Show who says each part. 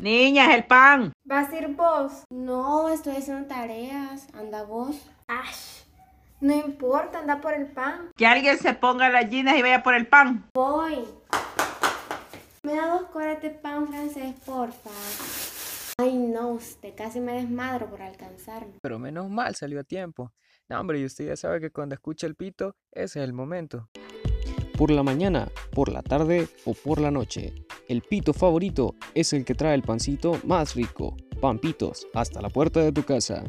Speaker 1: Niñas, el pan.
Speaker 2: ¿Vas a ir vos?
Speaker 3: No, estoy haciendo tareas. Anda vos.
Speaker 2: Ash. No importa, anda por el pan.
Speaker 1: Que alguien se ponga las jeans y vaya por el pan.
Speaker 3: Voy. Me da dos coras de pan francés, porfa. Ay, no, usted casi me desmadro por alcanzarme.
Speaker 4: Pero menos mal salió a tiempo. No, hombre, y usted ya sabe que cuando escucha el pito, ese es el momento.
Speaker 5: Por la mañana, por la tarde o por la noche, el pito favorito es el que trae el pancito más rico. Pampitos, hasta la puerta de tu casa.